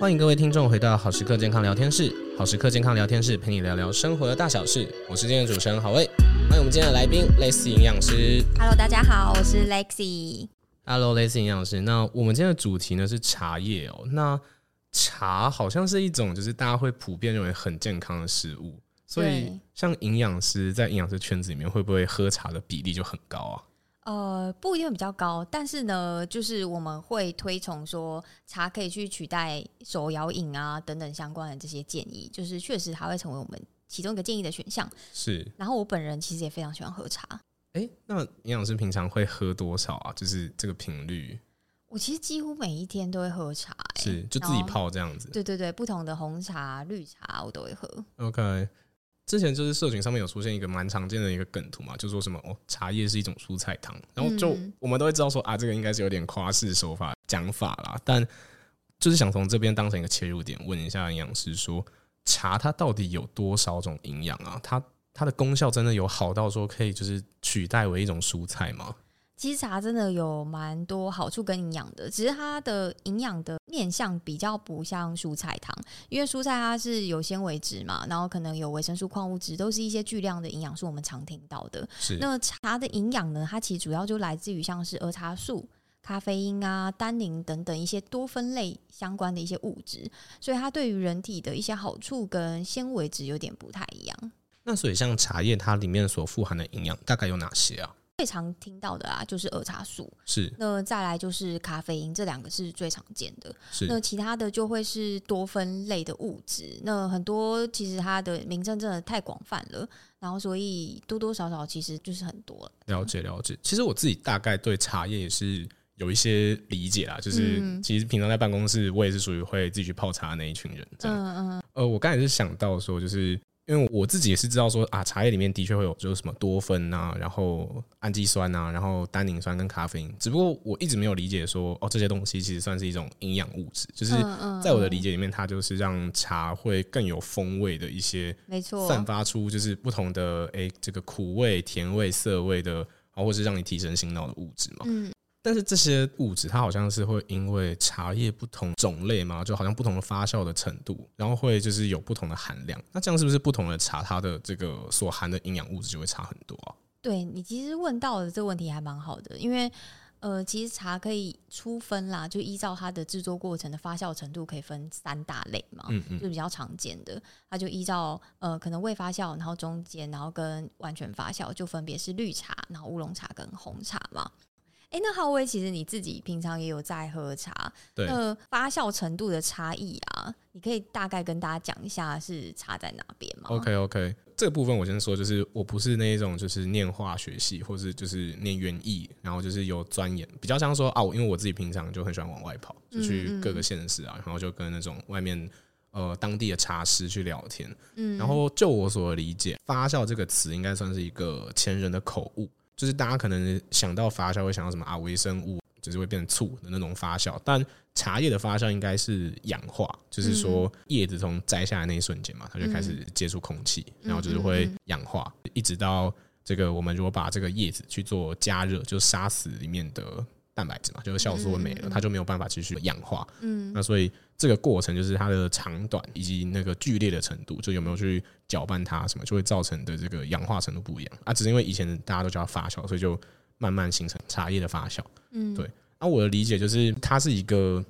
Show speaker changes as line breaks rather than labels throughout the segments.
欢迎各位听众回到好时刻健康聊天室。好时刻健康聊天室陪你聊聊生活的大小事，我是今天的主持人好味。欢迎我们今天的来宾类似营养师
Hello，大家好，我是 Lexi。
，Hello 类似营养师。那我们今天的主题呢是茶叶哦。那茶好像是一种就是大家会普遍认为很健康的食物，所以
对
像营养师在营养师圈子里面会不会喝茶的比例就很高啊？
呃，不一定会比较高，但是呢，就是我们会推崇说茶可以去取代手摇饮啊等等相关的这些建议，就是确实它会成为我们其中一个建议的选项。
是，
然后我本人其实也非常喜欢喝茶，
哎，那营养师平常会喝多少啊？就是这个频率
我其实几乎每一天都会喝茶、欸，
是就自己
然后
泡这样子？
对对对，不同的红茶、绿茶我都会喝。
OK，之前就是社群上面有出现一个蛮常见的一个梗图嘛，就说什么哦，茶叶是一种蔬菜汤，然后就
嗯
我们都会知道说啊，这个应该是有点夸饰手法讲法啦，但就是想从这边当成一个切入点，问一下营养师说，茶它到底有多少种营养啊？它它的功效真的有好到说可以就是取代为一种蔬菜吗？
其实茶真的有蛮多好处跟营养的，只是它的营养的面向比较不像蔬菜汤，因为蔬菜它是有纤维质嘛，然后可能有维生素、矿物质，都是一些巨量的营养素，我们常听到的。
是
那茶的营养呢，它其实主要就来自于像是儿茶素。咖啡因啊、单宁等等一些多酚类相关的一些物质，所以它对于人体的一些好处跟纤维质有点不太一样。
那所以像茶叶它里面所富含的营养大概有哪些啊？
最常听到的啊，就是儿茶素，
是
那再来就是咖啡因，这两个是最常见的。
是
那其他的就会是多酚类的物质。那很多其实它的名称真的太广泛了，然后所以多多少少其实就是很多了。
了解了解，其实我自己大概对茶叶也是有一些理解啦，就是
嗯
其实平常在办公室，我也是属于会自己去泡茶的那一群人。这样，
嗯嗯，
呃，我刚才是想到说，就是因为我自己也是知道说啊，茶叶里面的确会有就是什么多酚啊，然后氨基酸啊，然后单宁酸跟咖啡因，只不过我一直没有理解说哦，这些东西其实算是一种营养物质，就是
嗯嗯
在我的理解里面，它就是让茶会更有风味的一些
没错，
散发出就是不同的诶、这个苦味、甜味、涩味的，啊，或是让你提神醒脑的物质嘛。
嗯，
但是这些物质它好像是会因为茶叶不同种类嘛，就好像不同的发酵的程度，然后会就是有不同的含量。那这样是不是不同的茶它的这个所含的营养物质就会差很多啊？
对你其实问到的这个问题还蛮好的，因为。呃，其实茶可以粗分啦，就依照它的制作过程的发酵程度，可以分三大类嘛。
嗯嗯，
就比较常见的，它就依照呃可能未发酵，然后中间，然后跟完全发酵，就分别是绿茶、然后乌龙茶跟红茶嘛。哎、那浩威，其实你自己平常也有在喝茶，
对。
那发酵程度的差异啊，你可以大概跟大家讲一下是差在哪边吗
OK OK，这个部分我先说，就是我不是那一种就是念化学系，或是就是念园艺，然后就是有钻研，比较像说啊，我因为我自己平常就很喜欢往外跑，就去各个县市啊，然后就跟那种外面呃当地的茶师去聊天。
嗯
然后就我所理解，发酵这个词应该算是一个前人的口误，就是大家可能想到发酵会想到什么啊微生物，就是会变成醋的那种发酵，但茶叶的发酵应该是氧化，就是说叶子从摘下来那一瞬间嘛，它就开始接触空气，然后就是会氧化，一直到这个我们如果把这个叶子去做加热，就杀死里面的。蛋白质嘛，就是酵素会没了，它就没有办法继续氧化。
嗯，
那所以这个过程就是它的长短以及那个剧烈的程度，就有没有去搅拌它什么，就会造成的这个氧化程度不一样啊。只是因为以前大家都叫它发酵，所以就慢慢形成茶叶的发酵。
嗯
对那、我的理解就是它是一个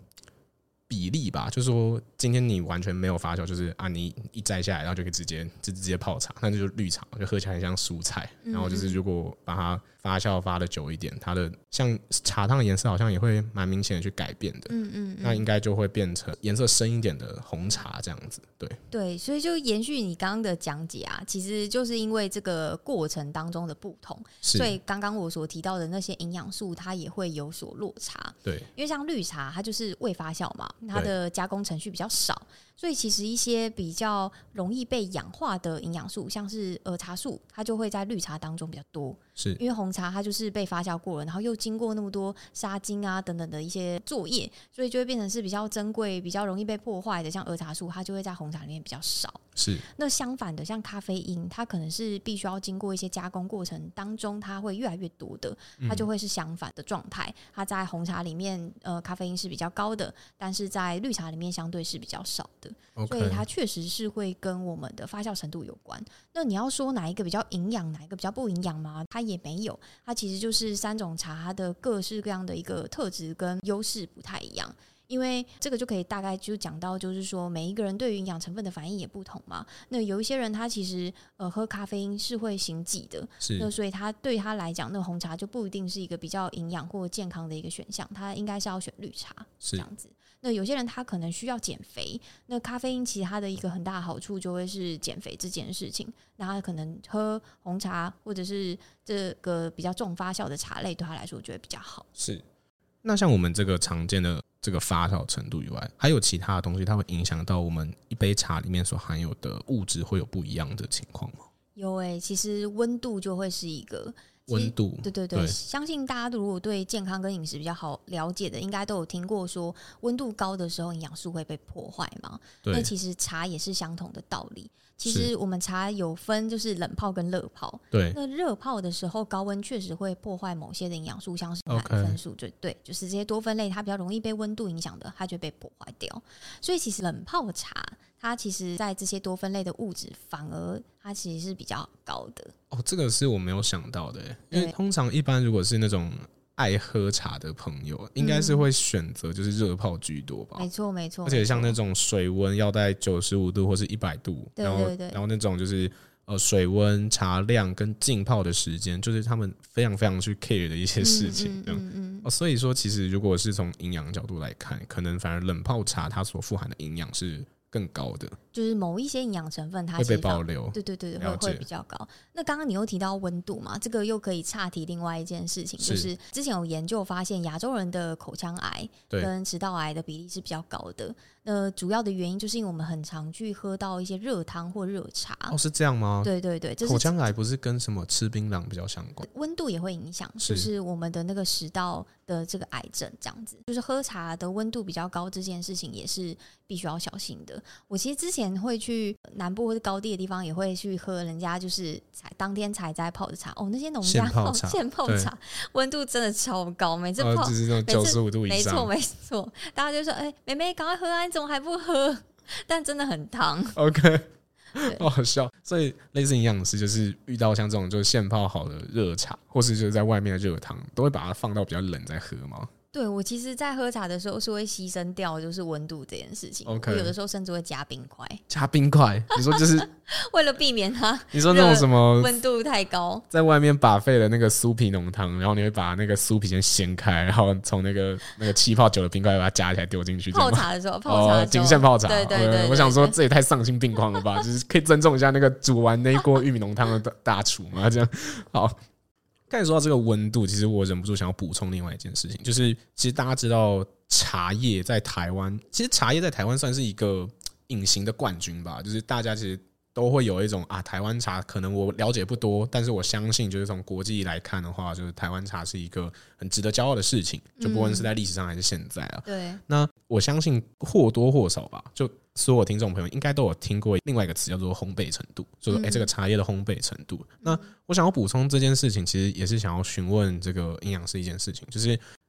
比例吧，就是说今天你完全没有发酵，就是啊你一摘下来，然后就可以直接直直接泡茶，那就是绿茶，就喝起来很像蔬菜。然后就是如果把它发酵发的久一点，它的像茶汤的颜色好像也会蛮明显的去改变的。
嗯嗯
那应该就会变成颜色深一点的红茶这样子。对，
对，所以就延续你刚刚的讲解啊，其实就是因为这个过程当中的不同，
是
所以刚刚我所提到的那些营养素，它也会有所落差。
对，
因为像绿茶，它就是未发酵嘛，它的加工程序比较少，所以其实一些比呃较容易被氧化的营养素，像是儿茶素，它就会在绿茶当中比较多。
是
因为红茶它就是被发酵过了，然后又经过那么多杀精啊等等的一些作业，所以就会变成是比较珍贵、比较容易被破坏的，像儿茶素，它就会在红茶里面比较少。
是
那相反的，像咖啡因，它可能是必须要经过一些加工过程当中，它会越来越多的，它就会是相反的状态。它在红茶里面，呃，咖啡因是比较高的，但是在绿茶里面相对是比较少的，所以
OK，
它确实是会跟我们的发酵程度有关。那你要说哪一个比较营养，哪一个比较不营养吗？它也没有，它其实就是三种茶的各式各样的一个特质跟优势不太一样。因为这个就可以大概就讲到，就是说每一个人对于营养成分的反应也不同嘛。那有一些人他其实呃喝咖啡因是会醒悸的，那
是
所以他对他来讲，那红茶就不一定是一个比较营养或健康的一个选项，他应该是要选绿茶。
是
这样子。那有些人他可能需要减肥，那咖啡因其实它的一个很大的好处就会是减肥这件事情。那他可能喝红茶或者是这个比较重发酵的茶类，对他来说就会比较好。
是。那像我们这个常见的这个发酵程度以外，还有其他的东西，它会影响到我们一杯茶里面所含有的物质会有不一样的情况吗？
有诶、其实温度就会是一个其实
温度
对对对，
嗯对
相信大家如果对健康跟饮食比较好了解的，应该都有听过说，温度高的时候营养素会被破坏嘛。那
对
其实茶也是相同的道理。其
是
实我们茶有分就是冷泡跟热泡，
对
那热泡的时候，高温确实会破坏某些的营养素，像是奶
OK
酚素，对对，就是这些多酚类，它比较容易被温度影响的，它就被破坏掉。所以其实冷泡茶，它其实在这些多酚类的物质，反而它其实是比较高的。
哦，这个是我没有想到的欸，因为
对
通常一般如果是那种爱喝茶的朋友，应该是会选择就是热泡居多吧。
没错，没错。
哦而且像
没
那
错
种水温要在九十五度或是一百度，
对
然后
对对
然后那种就是呃水温、茶量跟浸泡的时间，就是他们非常非常去 care 的一些事情
嗯。
这样
嗯嗯嗯
哦，所以说其实如果是从营养角度来看，可能反而冷泡茶它所富含的营养是更高的，
就是某一些营养成分，它
会
其
被
实反而
保留。
对对对，
了
会会
解
比较高。那刚刚你又提到温度嘛，这个又可以岔提另外一件事情，就是是之前有研究发现，亚洲人的口腔癌
对
跟食道癌的比例是比较高的。那主要的原因就是因为我们很常去喝到一些热汤或热茶。
哦，是这样吗？
对对对，这
口
是
腔癌不是跟什么吃槟榔比较相关？
温度也会影响，
是
就是我们的那个食道的这个癌症这样子，就是喝茶的温度比较高这件事情也是必须要小心的。我其实之前会去南部或者高地的地方，也会去喝人家就是采当天采摘泡的茶，哦，那些农家
现泡
泡
茶
现泡
对
茶温度真的超高，每次
呃，
泡
就是那种
每
九
次
十五度以
没错
上。
没错，大家就说哎、妹妹赶快喝啊，你怎么还不喝？ 但真的很烫，
OK，
对
好好笑。所以类似营养师就是遇到像这种就是现泡好的热茶，或是就是在外面的热汤，都会把它放到比较冷再喝嘛。
对我其实，在喝茶的时候是会牺牲掉就是温度这件事情。
OK
我有的时候甚至会加冰块，
加冰块，你说就是
为了避免 它
你说那种什么
温度太高。
在外面把废的那个酥皮浓汤，然后你会把那个酥皮先掀开，然后从那个那个气泡酒的冰块把它夹起来丢进去，这
泡
样吗？
茶的时候，泡茶
哦，
的时
金
候
线泡茶，
对对对
呃
对
我想说
对
这也太丧心病狂了吧，就是可以尊重一下那个煮完那一锅玉米浓汤的大 大厨嘛，这样好。刚才说到这个温度，其实我忍不住想要补充另外一件事情，就是其实大家知道茶叶在台湾，其实茶叶在台湾算是一个隐形的冠军吧，就是大家其实都会有一种啊，台湾茶可能我了解不多，但是我相信就是从国际来看的话，就是台湾茶是一个很值得骄傲的事情，就
嗯
不论是在历史上还是现在啊。
对
那我相信或多或少吧，就所有听众朋友应该都有听过另外一个词叫做烘焙程度，就是哎、诶这个茶叶的烘焙程度。那我想要补充这件事情，其实也是想要询问这个营养师一件事情，就是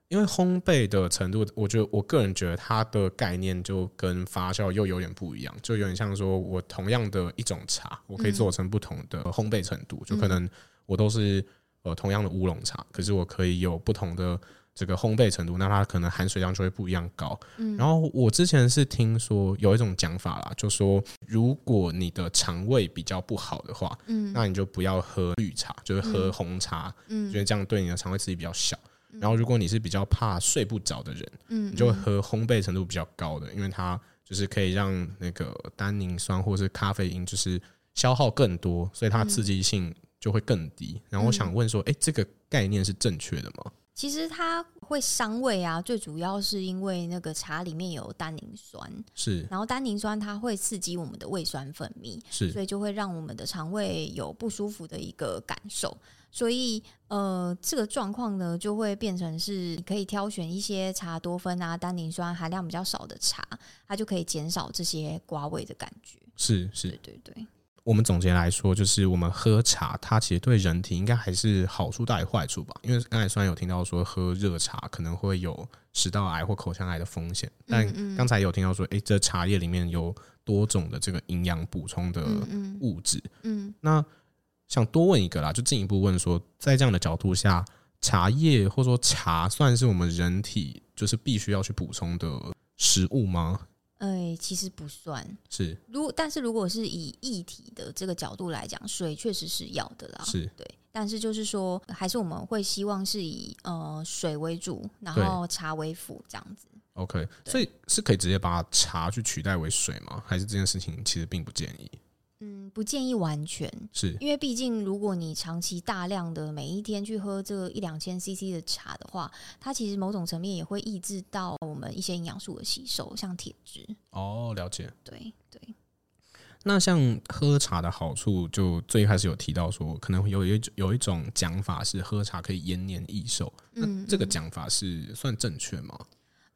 因为烘焙的程度，我觉得我个人觉得它的概念就跟发酵又有点不一样，就有点像说我同样的一种茶，我可以做成不同的烘焙程度，就可能我都是呃同样的乌龙茶，可是我可以有不同的。这个烘焙程度，那它可能含水量就会不一样高。然后我之前是听说有一种讲法啦，就说如果你的肠胃比较不好的话，嗯，那你就不要喝绿茶，就是喝红茶，嗯，觉得这样对你的肠胃刺激比较小。然后如果你是比较怕睡不着的人，嗯，你就喝烘焙程度比较高的，因为它就是可以让那个单宁酸或是咖啡因就是消耗更嗯多，所以它刺激性就会更低。然后我想问说，哎、这个概念是正确的吗？
其实它会伤胃啊，最主要是因为那个茶里面有单宁酸，
是
然后单宁酸它会刺激我们的胃酸分泌，所
是
以就会让我们的肠胃有不舒服的一个感受。所以，呃，这个状况呢，就会变成是你可以挑选一些茶多酚啊、单宁酸含量比较少的茶，它就可以减少这些刮胃的感觉。
是
对
是。
对对，
我们总结来说，就是我们喝茶，它其实对人体应该还是好处大于坏处吧。因为刚才虽然有听到说喝热茶可能会有食道癌或口腔癌的风险，但
嗯嗯
刚才有听到说，诶，这茶叶里面有多种的这个营养补充的
嗯嗯
物质，
嗯，
那想多问一个啦，就进一步问说，在这样的角度下，茶叶或者说茶算是我们人体就是必须要去补充的食物吗？
哎、其实不算。
是
如但是如果是以液体的这个角度来讲，水确实是要的啦。
是
对，但是就是说，还是我们会希望是以呃水为主，然
对
后茶为辅这样子。
OK，
对
所以是可以直接把茶去取代为水吗？还是这件事情其实并不建议？
嗯，不建议完全，
是
因为毕竟如果你长期大量的每一天去喝这个一两千 CC 的茶的话，它其实某种层面也会抑制到我们一些营养素的吸收，像铁质。
哦，了解。
对对，
那像喝茶的好处，就最开始有提到说，可能有一有一种讲法是喝茶可以延年益寿，那
嗯
这个
嗯
讲法是算正确吗？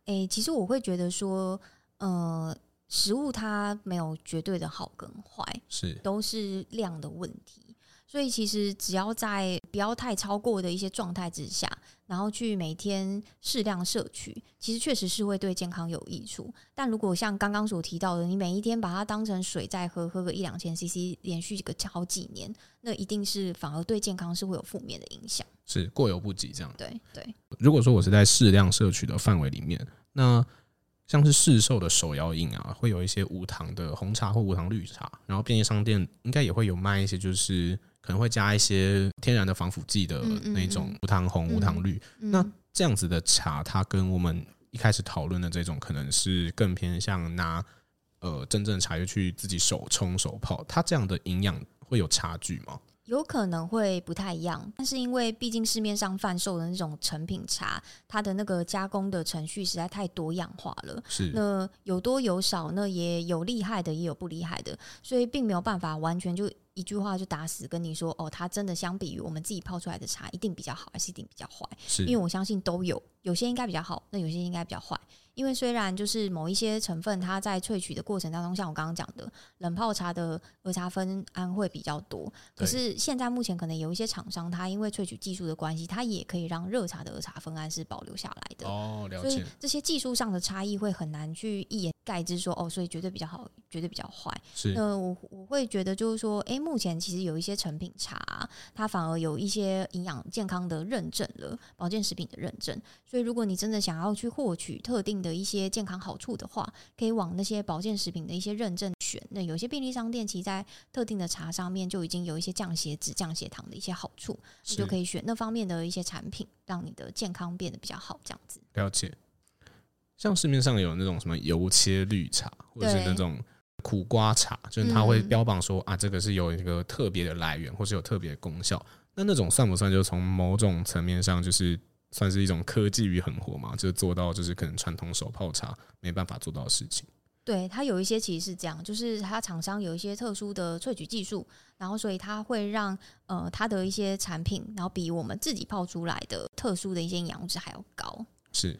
诶、其实我会觉得说，呃，食物它没有绝对的好跟坏，
是
都是量的问题。所以其实只要在不要太超过的一些状态之下，然后去每天适量摄取，其实确实是会对健康有益处。但如果像刚刚所提到的，你每一天把它当成水在喝，喝个一两千 CC，连续个好几年，那一定是反而对健康是会有负面的影响。
是过犹不及这样。
对对，
如果说我是在适量摄取的范围里面，那像是市售的手摇饮啊，会有一些无糖的红茶或无糖绿茶，然后便利商店应该也会有卖一些，就是可能会加一些天然的防腐剂的
嗯嗯
那种无糖红、
嗯
无糖绿。
嗯、
那这样子的茶，它跟我们一开始讨论的这种，可能是更偏向拿呃真正的茶叶去自己手冲手泡，它这样的营养会有差距吗？
有可能会不太一样，但是因为毕竟市面上贩售的那种成品茶，它的那个加工的程序实在太多样化了。
是
那有多有少，那也有厉害的，也有不厉害的，所以并没有办法完全就一句话就打死跟你说，哦，它真的相比于我们自己泡出来的茶，一定比较好，还是一定比较坏？
是，
因为我相信都有，有些应该比较好，那有些应该比较坏。因为虽然就是某一些成分，它在萃取的过程当中，像我刚刚讲的，冷泡茶的儿茶酚胺会比较多，
对
可是现在目前可能有一些厂商，它因为萃取技术的关系，它也可以让热茶的儿茶酚胺是保留下来的。
哦，了
所以
解
这些技术上的差异会很难去一言盖之说哦，所以绝对比较好，绝对比较坏。
是
那我我会觉得就是说，诶，目前其实有一些成品茶啊、它反而有一些营养健康的认证了，保健食品的认证。所以如果你真的想要去获取特定的一些健康好处的话，可以往那些保健食品的一些认证选。那有些便利商店其实在特定的茶上面就已经有一些降血脂、降血糖的一些好处，你
是
就可以选那方面的一些产品，让你的健康变得比较好，这样子。
了解。像市面上有那种什么油切绿茶，或者是
对
那种苦瓜茶，就是它会
嗯
标榜说、啊，这个是有一个特别的来源，或是有特别的功效。那那种算不算就从某种层面上，就是算是一种科技与狠活嘛？就是做到就是可能传统手泡茶没办法做到的事情。
对，它有一些其实是这样，就是它厂商有一些特殊的萃取技术，然后所以它会让呃它的一些产品，然后比我们自己泡出来的特殊的一些营养物质还要高。
是，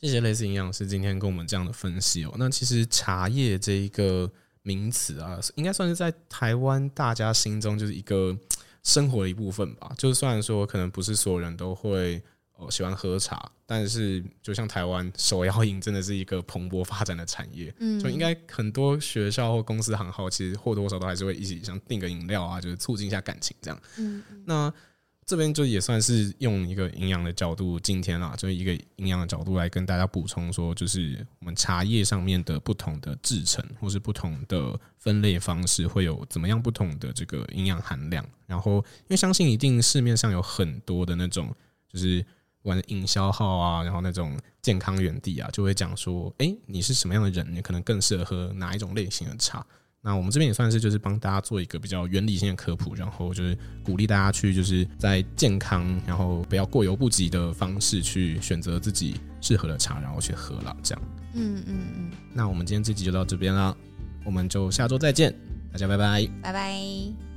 谢谢类似营养师今天跟我们这样的分析哦。那其实茶叶这一个名词啊，应该算是在台湾大家心中就是一个生活的一部分吧。就虽然说可能不是所有人都会哦喜欢喝茶，但是就像台湾手摇饮真的是一个蓬勃发展的产业。
嗯
就应该很多学校或公司行号，其实或多或少都还是会一起想订个饮料啊，就是促进一下感情这样。
嗯
那这边就也算是用一个营养的角度，今天啦，就是一个营养的角度来跟大家补充说，就是我们茶叶上面的不同的制成或是不同的分类方式，会有怎么样不同的这个营养含量。然后，因为相信一定市面上有很多的那种，就是不管是营销号啊，然后那种健康园地啊，就会讲说，诶，你是什么样的人，你可能更适合喝哪一种类型的茶。那我们这边也算是就是帮大家做一个比较原理性的科普，然后就是鼓励大家去就是在健康，然后不要过犹不及的方式去选择自己适合的茶，然后去喝了。这样，
嗯嗯嗯，
那我们今天这集就到这边啦，我们就下周再见，大家拜拜。
拜拜。